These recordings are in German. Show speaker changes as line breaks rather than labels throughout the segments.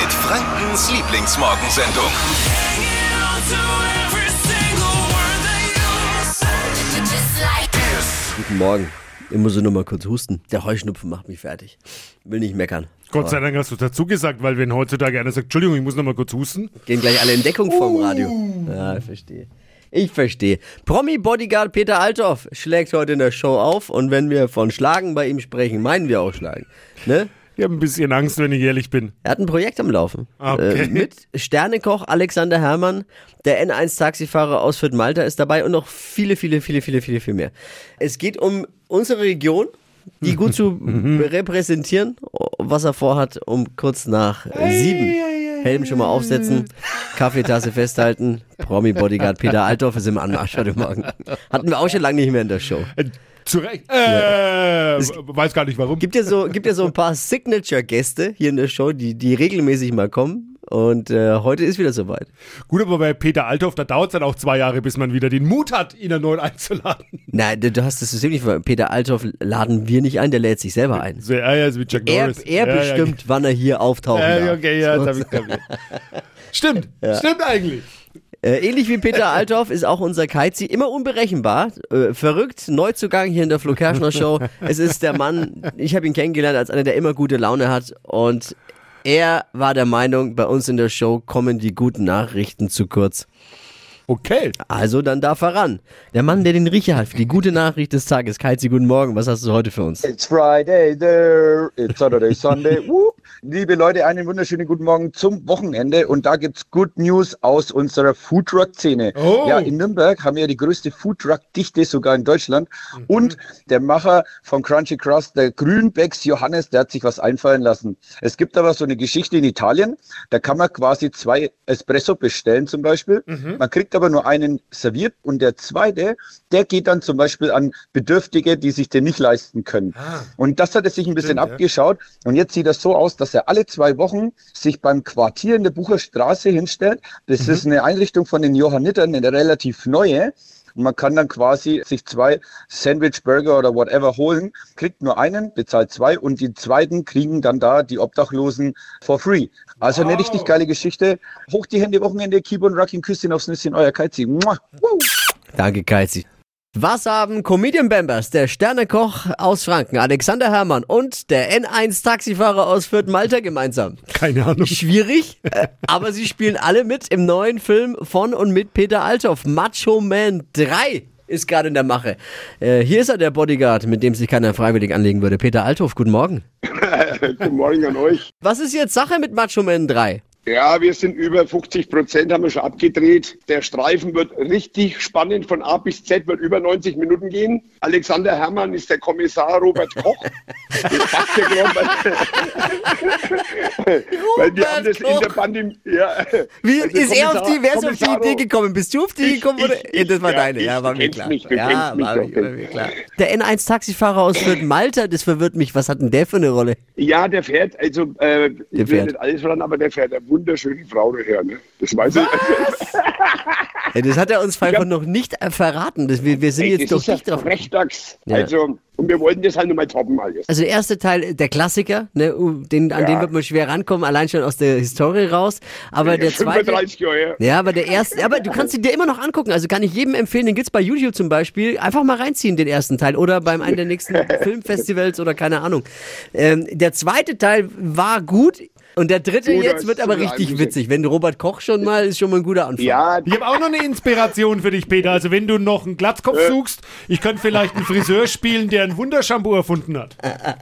Frankens Lieblingsmorgensendung.
Guten Morgen. Ich muss nur mal kurz husten. Der Heuschnupfen macht mich fertig. Will nicht meckern.
Gott sei Dank hast du dazu gesagt, weil wenn heutzutage einer sagt, Entschuldigung, ich muss noch mal kurz husten.
Gehen gleich alle in Deckung vorm
Uh.
Radio. Ja, ich verstehe. Ich verstehe. Promi-Bodyguard Peter Althoff schlägt heute in der Show auf und wenn wir von Schlagen bei ihm sprechen, meinen wir auch Schlagen. Ne?
Ich habe ein bisschen Angst, wenn ich ehrlich bin.
Er hat ein Projekt am Laufen.
Okay.
Äh, mit Sternekoch Alexander Herrmann, der N1-Taxifahrer aus Fürth Malta ist dabei und noch viele, viele, viele, viele, viele, viel mehr. Es geht um unsere Region, die gut zu repräsentieren, was er vorhat, um kurz nach äh, sieben. Helm schon mal aufsetzen, Kaffeetasse festhalten. Promi-Bodyguard Peter Althoff ist im Anmarsch heute Morgen. Hatten wir auch schon lange nicht mehr in der Show.
Äh, zu Recht. Äh, weiß gar nicht warum.
Gibt ja so, gibt ja so ein paar Signature-Gäste hier in der Show, die, die regelmäßig mal kommen. Und äh, heute ist wieder soweit.
Gut, aber bei Peter Althoff, da dauert es dann auch zwei Jahre, bis man wieder den Mut hat, ihn erneut einzuladen.
Nein, du, du hast das System nicht ver- Peter Althoff laden wir nicht ein, der lädt sich selber ein.
So, ja, ja, so wie Jack
Er,
Norris.
er
ja, genau.
bestimmt, wann er hier auftauchen
Ja, ja,
darf.
okay, ja, das hab ich kapiert. Stimmt, stimmt eigentlich.
Äh, ähnlich wie Peter Althoff ist auch unser Keizi immer unberechenbar, äh, verrückt, Neuzugang hier in der Flo Kerschner Show. es ist der Mann, ich habe ihn kennengelernt als einer, der immer gute Laune hat und er war der Meinung, bei uns in der Show kommen die guten Nachrichten zu kurz.
Okay.
Also dann da voran. Der Mann, der den Riecher hat, für die gute Nachricht des Tages. Keizi, guten Morgen, was hast du heute für uns?
It's Friday there, it's Saturday, Sunday. Whoop. Liebe Leute, einen wunderschönen guten Morgen zum Wochenende. Und da gibt's Good News aus unserer Foodtruck-Szene.
Oh.
Ja, in Nürnberg haben wir die größte Foodtruck-Dichte sogar in Deutschland. Und der Macher von Crunchy Crust, der Grünbecks Johannes, der hat sich was einfallen lassen. Es gibt aber so eine Geschichte in Italien, da kann man quasi zwei Espresso bestellen zum Beispiel. Man kriegt aber nur einen serviert und der zweite, der geht dann zum Beispiel an Bedürftige, die sich den nicht leisten können. Und das hat er sich ein bisschen
Stimmt, ja.
abgeschaut. Und jetzt sieht das so aus, dass er alle zwei Wochen sich beim Quartier in der Bucherstraße hinstellt. Das
Mhm.
ist eine Einrichtung von den Johannitern, eine relativ neue. Und man kann dann quasi sich zwei Sandwich, Burger oder whatever holen, kriegt nur einen, bezahlt zwei und die zweiten kriegen dann da die Obdachlosen for free. Also eine
Wow.
richtig geile Geschichte. Hoch die Hände, Wochenende, Keep on rocking, Küsschen aufs Nüsschen, euer Keizi. Mua. Woo.
Danke, Keizi. Was haben Comedian Bambers, der Sternekoch aus Franken, Alexander Herrmann und der N1-Taxifahrer aus Fürth Malta gemeinsam?
Keine Ahnung.
Schwierig, äh, aber sie spielen alle mit im neuen Film von und mit Peter Althoff. Macho Man 3 ist gerade in der Mache. Äh, hier ist er, der Bodyguard, mit dem sich keiner freiwillig anlegen würde. Peter Althoff, guten Morgen.
Guten Morgen an euch.
Was ist jetzt Sache mit Macho Man 3?
Ja, wir sind über 50 Prozent, haben wir schon abgedreht. Der Streifen wird richtig spannend, von A bis Z wird über 90 Minuten gehen. Alexander Herrmann ist der Kommissar Robert Koch. Das passt ja gerade, weil, weil wir haben das in der
Koch.
Pandemie. Ja,
Wie
also
ist er auf
Kommissar-
die, wer ist auf die
Kommissaro-
Idee gekommen? Bist du auf die
Ich-
gekommen?
ich-
oder? Ja, das war
ich-
deine,
ja,
ja,
ich-
war
du
mir
kennst
klar.
mich, du
ja,
kennst mich
war,
doch,
mir, war
kennst
mir klar. Der N1-Taxifahrer aus Fürth Malta, das verwirrt mich. Was hat denn der für eine Rolle?
Ja, der fährt, also äh, ich will
fährt.
nicht alles ran, aber der fährt eine wunderschöne Frau daher. Ne? Das weiß ich.
Ja, Das hat er uns einfach noch nicht äh, verraten. Das, wir, wir sind
Ey,
jetzt doch
das
nicht
ist ja
drauf.
Frechdachs.
Ja.
Also, und wir wollten das halt nochmal toppen alles.
Also der erste Teil, der Klassiker, ne, uh, den, an
Ja.
den wird man schwer rankommen, allein schon aus der Historie raus. Aber der zweite.
35 Jahre her.
Ja, aber der erste, aber du kannst ihn dir immer noch angucken. Also kann ich jedem empfehlen, den gibt's bei YouTube zum Beispiel. Einfach mal reinziehen, den ersten Teil. Oder beim einen der nächsten Filmfestivals oder keine Ahnung. Ähm, der zweite Teil war gut und der dritte
Oder
jetzt
ist
wird aber
zu lang
richtig
gegangen.
witzig. Wenn Robert Koch schon mal, ist schon mal ein guter Anfang.
Ja,
Ich habe auch noch eine Inspiration für dich, Peter. Also wenn du noch einen Glatzkopf suchst, ich könnte vielleicht einen Friseur spielen, der ein Wundershampoo erfunden hat.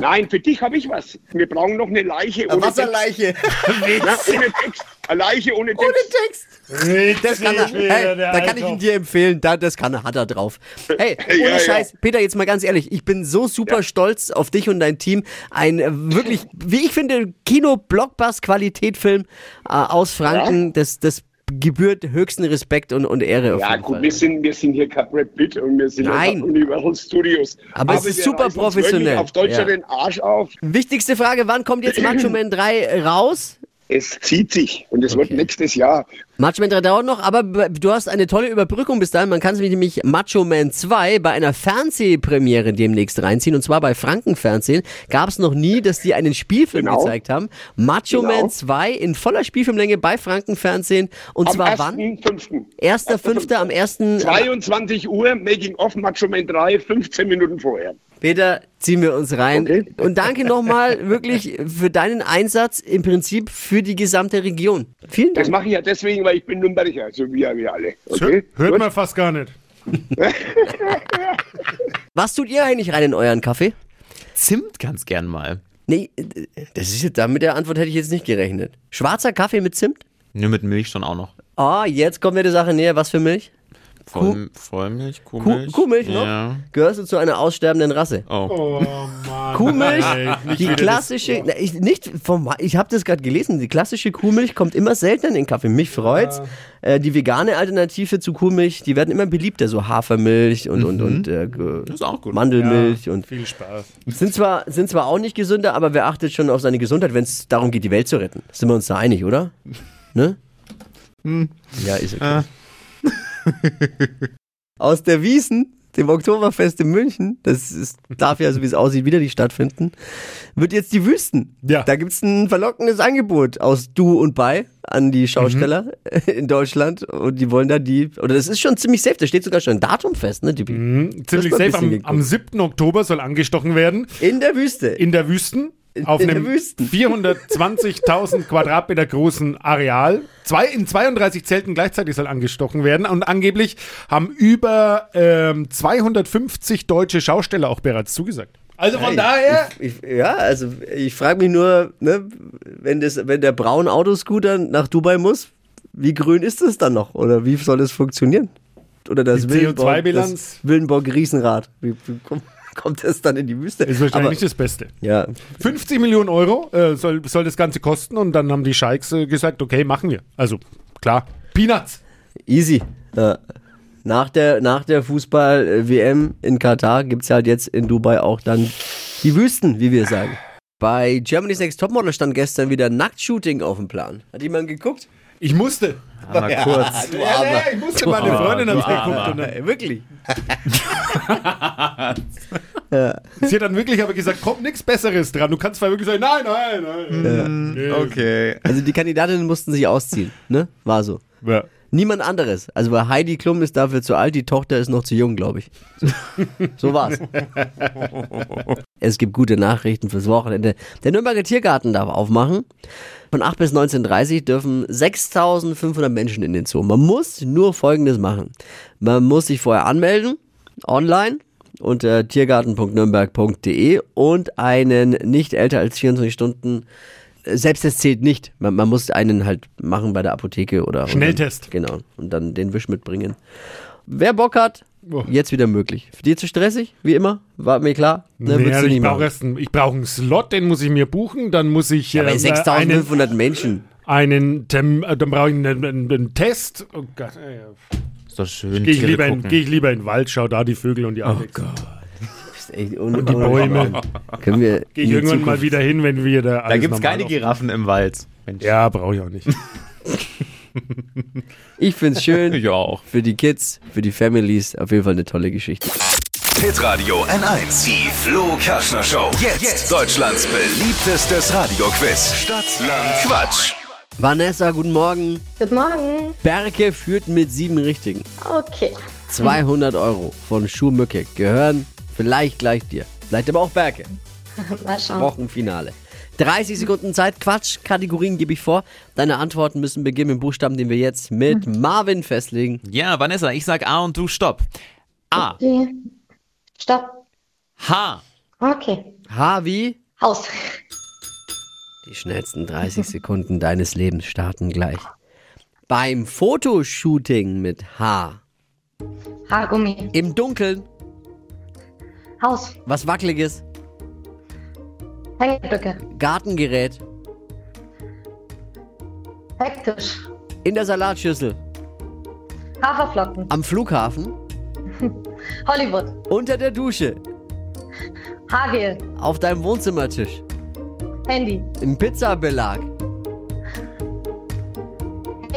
nein, für dich habe ich was. Wir brauchen noch eine Leiche ohne Text.
Wasserleiche.
Ja, ohne Text. Eine Leiche ohne Text.
Ohne Text. Das kann er. Hey, da kann ich ihn dir empfehlen. Da, das kann er, hat er drauf. Hey, ohne
Ja, ja.
Scheiß, Peter, jetzt mal ganz ehrlich, ich bin so super stolz auf dich und dein Team. Ein äh, wirklich, wie ich finde, Kino-Blockbus-Qualitätfilm äh, aus Franken. Das, das gebührt höchsten Respekt und, und Ehre. auf
Ja,
jeden
gut,
Fall.
wir sind, wir sind hier kein Brad Pitt und wir sind
Nein.
einfach Universal Studios.
Aber es ist
wir
super
reißen uns
professionell.
wirklich Auf Deutsch
Ja.
den Arsch auf.
Wichtigste Frage, wann kommt jetzt Macho Man 3 raus?
Es zieht sich und es wird nächstes Jahr.
Macho Man 3 dauert noch, aber b- du hast eine tolle Überbrückung bis dahin. Man kann sich nämlich Macho Man 2 bei einer Fernsehpremiere demnächst reinziehen. Und zwar bei Frankenfernsehen gab es noch nie, dass die einen Spielfilm
Genau.
gezeigt haben. Macho
Genau.
Man 2 in voller Spielfilmlänge bei Frankenfernsehen. Und
Am
zwar wann?
1.5.
1.5. am 1.
22 Uhr, Making of Macho Man 3, 15 Minuten vorher.
Peter, ziehen wir uns rein.
Okay.
Und danke nochmal wirklich für deinen Einsatz im Prinzip für die gesamte Region. Vielen
Das
Dank.
mache ich ja deswegen, weil ich bin Nürnberger, so wie wir alle. Okay?
Hört
Gut.
man fast gar nicht.
Was tut ihr eigentlich rein in euren Kaffee?
Zimt ganz gern mal.
Nee, äh, das ist jetzt, damit der Antwort hätte ich jetzt nicht gerechnet. Schwarzer Kaffee mit Zimt?
Nur mit Milch schon auch noch.
Ah, jetzt kommt mir die Sache näher. Was für Milch?
Voll, Vollmilch,
Kuh,
Kuhmilch.
Kuhmilch noch?
Ja.
Gehörst du zu einer aussterbenden Rasse?
Oh.
Oh Mann.
Kuhmilch,
Nein, nicht
die
wieder das-
klassische, na, ich, nicht vom, ich habe das gerade gelesen, die klassische Kuhmilch kommt immer seltener in den Kaffee. Mich freut's. Äh, die vegane Alternative zu Kuhmilch, die werden immer beliebter, so Hafermilch und und und äh, ge-
Mhm. ist auch gut.
Mandelmilch und
Viel Spaß.
sind zwar sind zwar auch nicht gesünder, aber wer achtet schon auf seine Gesundheit, wenn es darum geht, die Welt zu retten? Sind wir uns da einig, oder? Ne?
Hm.
Ja, ist okay.
Ah.
Aus der Wiesen, dem Oktoberfest in München, das ist, darf ja, so wie es aussieht, wieder nicht stattfinden, wird jetzt die Wüsten.
Ja.
Da gibt's ein verlockendes Angebot aus Du und Bei an die Schausteller
Mhm.
in Deutschland und die wollen da die, oder das ist schon ziemlich safe, da steht sogar schon ein Datum fest, ne, Dibi?
Ziemlich
mal ein
safe.
bisschen
Am,
geguckt.
am 7. Oktober soll angestochen werden.
In der Wüste.
In der Wüsten. Auf
in der
einem
Wüsten.
420.000 Quadratmeter großen Areal. Zwei, in 32 Zelten gleichzeitig soll angestochen werden. Und angeblich haben über ähm, 250 deutsche Schausteller auch bereits zugesagt. Also von daher.
Ich, ja, also ich frage mich nur, ne, wenn, das, wenn der braune Autoscooter nach Dubai muss, wie grün ist das dann noch? Oder wie soll das funktionieren? Oder das
Die
Willenborg,
CO2-Bilanz?
das Willenborg Riesenrad. Wie, wie kommt, kommt das dann in die Wüste?
Ist wahrscheinlich nicht das Beste.
ja,
50 Millionen Euro äh, soll, soll das Ganze kosten und dann haben die Scheiks äh, gesagt, okay, machen wir. Also klar, Peanuts.
easy. Ja. Nach der, nach der Fußball-WM in Katar gibt es halt jetzt in Dubai auch dann die Wüsten, wie wir sagen. Bei Germany's Next Topmodel stand gestern wieder Nacktshooting auf dem Plan. Hat jemand geguckt?
Ich musste.
Mal kurz.
Du
Ja, ja, ich musste, meine Freundin hat
Ah,
geguckt. Und dann,
Nein, wirklich?
sie hat dann wirklich aber gesagt, kommt nichts Besseres dran. Du kannst zwar wirklich sagen, nein, nein, nein. Ja.
Okay.
Also die Kandidatinnen mussten sich ausziehen, ne? War so.
Ja.
Niemand anderes. Also weil Heidi Klum ist dafür zu alt, die Tochter ist noch zu jung, glaube ich. So, so war's. es gibt gute Nachrichten fürs Wochenende. Der Nürnberger Tiergarten darf aufmachen. Von 8 bis 19.30 dürfen 6.500 Menschen in den Zoo. Man muss nur Folgendes machen. Man muss sich vorher anmelden, online unter tiergarten.nürnberg.de und einen nicht älter als 24 Stunden äh, selbst das zählt nicht. Man, man muss einen halt machen bei der Apotheke oder.
Schnelltest.
Und dann, genau. Und dann den Wisch mitbringen. Wer Bock hat, jetzt wieder möglich. Für dir zu stressig, wie immer, war mir klar. Ne, würdest
Nee, also
du
ich
nicht machen.
brauche erst einen, ich brauch einen Slot, den muss ich mir buchen, dann muss ich
Ja, bei
äh, einen,
6500 Menschen.
einen Term, äh, dann brauche ich einen, einen, einen Test. Oh Gott, ey.
Ist doch schön.
Gehe ich,
Tiere
lieber in-
gucken.
geh ich lieber in den Wald, schau da die Vögel und die Ameisen.
Das ist echt un
die Bäume.
Können wir.
Gehe ich irgendwann mal wieder hin, wenn wir da.
Da
alles
gibt's
normal
keine
auf-
Giraffen im Wald. Mensch.
Ja, brauche ich auch nicht.
Ich find's schön.
Ich auch.
Für die Kids, für die Families, auf jeden Fall eine tolle Geschichte.
Pit Radio N1. Die Flo Kaschner Show. Jetzt, Deutschlands beliebtestes Radioquiz. Stadt, Land, Quatsch.
Vanessa, guten Morgen.
Guten Morgen.
Berke führt mit sieben Richtigen.
Okay.
200 Euro von Schuhmücke gehören vielleicht gleich dir. Vielleicht aber auch Berke.
Mal schauen.
Wochenfinale. 30 Sekunden Zeit, Quatsch, Kategorien gebe ich vor. Deine Antworten müssen beginnen mit dem Buchstaben, den wir jetzt mit Marvin festlegen.
Ja, Vanessa, ich sag A und du stopp. A.
Okay. Stopp.
H.
Okay.
H wie?
Haus.
Die schnellsten 30 Sekunden deines Lebens starten gleich. Beim Fotoshooting mit H.
Haargummi.
Im Dunkeln,
Haus.
was Wackeliges,
Hängebrücke.
Gartengerät,
Hektisch.
in der Salatschüssel,
Haferflocken.
am Flughafen,
Hollywood.
unter der Dusche,
Hagel.
auf deinem Wohnzimmertisch,
Handy.
im Pizzabelag,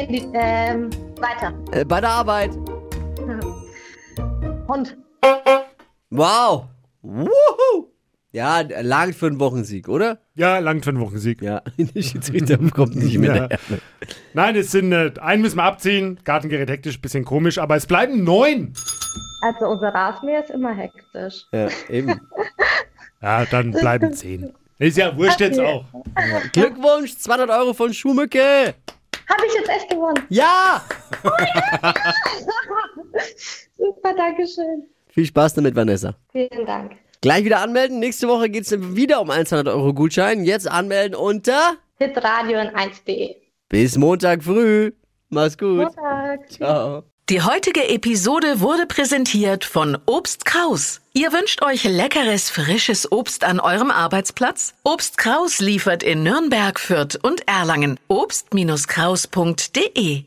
in die. Ähm, weiter.
Äh, bei der Arbeit.
Hund.
Wow. Wuhu. Ja, langt für einen Wochensieg, oder?
Ja, langt für einen Wochensieg.
Ja, der Schiedsrichter kommt nicht mehr
Ja.
daher.
Nein, es sind äh, einen müssen wir abziehen. Gartengerät hektisch, bisschen komisch, aber es bleiben neun.
Also unser Rasenmäher ist immer hektisch.
Ja, eben.
Ja, dann bleiben zehn. Ist ja wurscht jetzt
Okay.
auch.
Glückwunsch, 200 Euro von Schuhmücke.
Habe ich jetzt echt gewonnen.
Ja.
Super, Dankeschön.
Viel Spaß damit, Vanessa.
Vielen Dank.
Gleich wieder anmelden. Nächste Woche geht es wieder um 100 Euro Gutschein. Jetzt anmelden unter
Hitradio in 1.de.
bis Montag früh. Mach's gut.
Montag. Tschüss.
Ciao.
Die heutige Episode wurde präsentiert von Obst Kraus. Ihr wünscht euch leckeres, frisches Obst an eurem Arbeitsplatz? Obst Kraus liefert in Nürnberg, Fürth und Erlangen. Obst-Kraus.de